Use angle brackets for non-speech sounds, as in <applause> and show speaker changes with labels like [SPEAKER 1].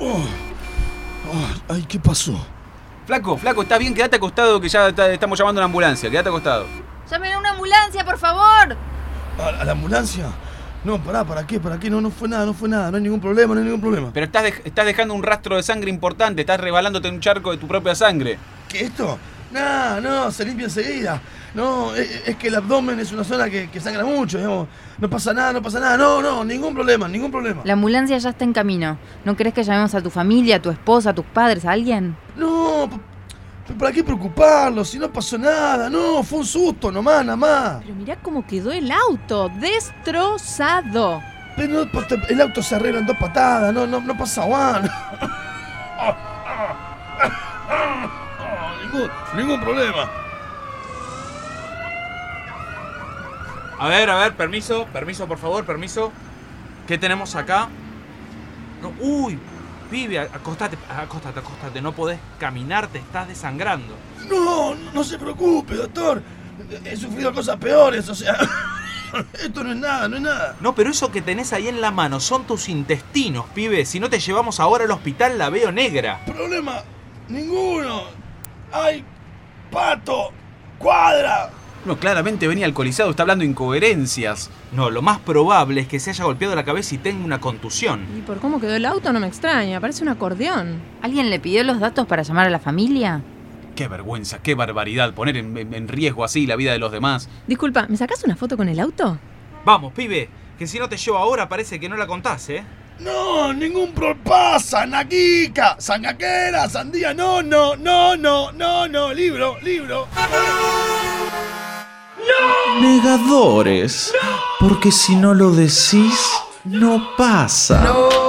[SPEAKER 1] Oh. Oh, Ay, ¿qué pasó?
[SPEAKER 2] Flaco, flaco, está bien, quédate acostado que ya está- estamos llamando a una ambulancia, quédate acostado.
[SPEAKER 3] ¡Llamen a una ambulancia, por favor!
[SPEAKER 1] ¿A, a la ambulancia? No, pará, ¿para qué? ¿Para qué? No, no fue nada, no fue nada. No hay ningún problema, no hay ningún problema.
[SPEAKER 2] Pero estás, dej- estás dejando un rastro de sangre importante, estás rebalándote en un charco de tu propia sangre.
[SPEAKER 1] ¿Qué esto? No, no, se limpia enseguida. No, e, es, es que el abdomen es una zona que, que sangra mucho, digamos. No pasa nada, no pasa nada. No, no, ningún problema, ningún problema.
[SPEAKER 3] La ambulancia ya está en camino. ¿No crees que llamemos a tu familia, a tu esposa, a tus padres, a alguien?
[SPEAKER 1] No, pa- pero ¿para qué preocuparnos? Si no pasó nada, no, fue un susto nomás, nada más.
[SPEAKER 4] Pero mirá cómo quedó el auto, destrozado.
[SPEAKER 1] Pero no, pa- el auto se arregla en dos patadas, no, no, no pasa guano. <laughs> Ah, ningún, ningún problema.
[SPEAKER 5] A ver, a ver, permiso, permiso, por favor, permiso. ¿Qué tenemos acá? No, uy, pibe, acostate, acostate, acostate. No podés caminar, te estás desangrando.
[SPEAKER 1] No, no se preocupe, doctor. He sufrido cosas peores, o sea. <laughs> esto no es nada, no es nada.
[SPEAKER 5] No, pero eso que tenés ahí en la mano son tus intestinos, pibe. Si no te llevamos ahora al hospital, la veo negra.
[SPEAKER 1] Problema, ninguno. Hay pato, cuadra.
[SPEAKER 2] No, claramente venía alcoholizado, está hablando incoherencias.
[SPEAKER 5] No, lo más probable es que se haya golpeado la cabeza y tenga una contusión.
[SPEAKER 4] Y por cómo quedó el auto no me extraña, parece un acordeón.
[SPEAKER 3] ¿Alguien le pidió los datos para llamar a la familia?
[SPEAKER 2] Qué vergüenza, qué barbaridad, poner en, en- en riesgo así la vida de los demás.
[SPEAKER 4] Disculpa, ¿me sacás una foto con el auto?
[SPEAKER 5] Vamos, pibe, que si no te llevo ahora parece que no la contás, ¿eh?
[SPEAKER 1] No, ningún problema. Pasa, naquica, sangaquera, sandía. No, no, no, no, no, no. Libro, libro.
[SPEAKER 6] Negadores. Porque si no lo decís, no pasa.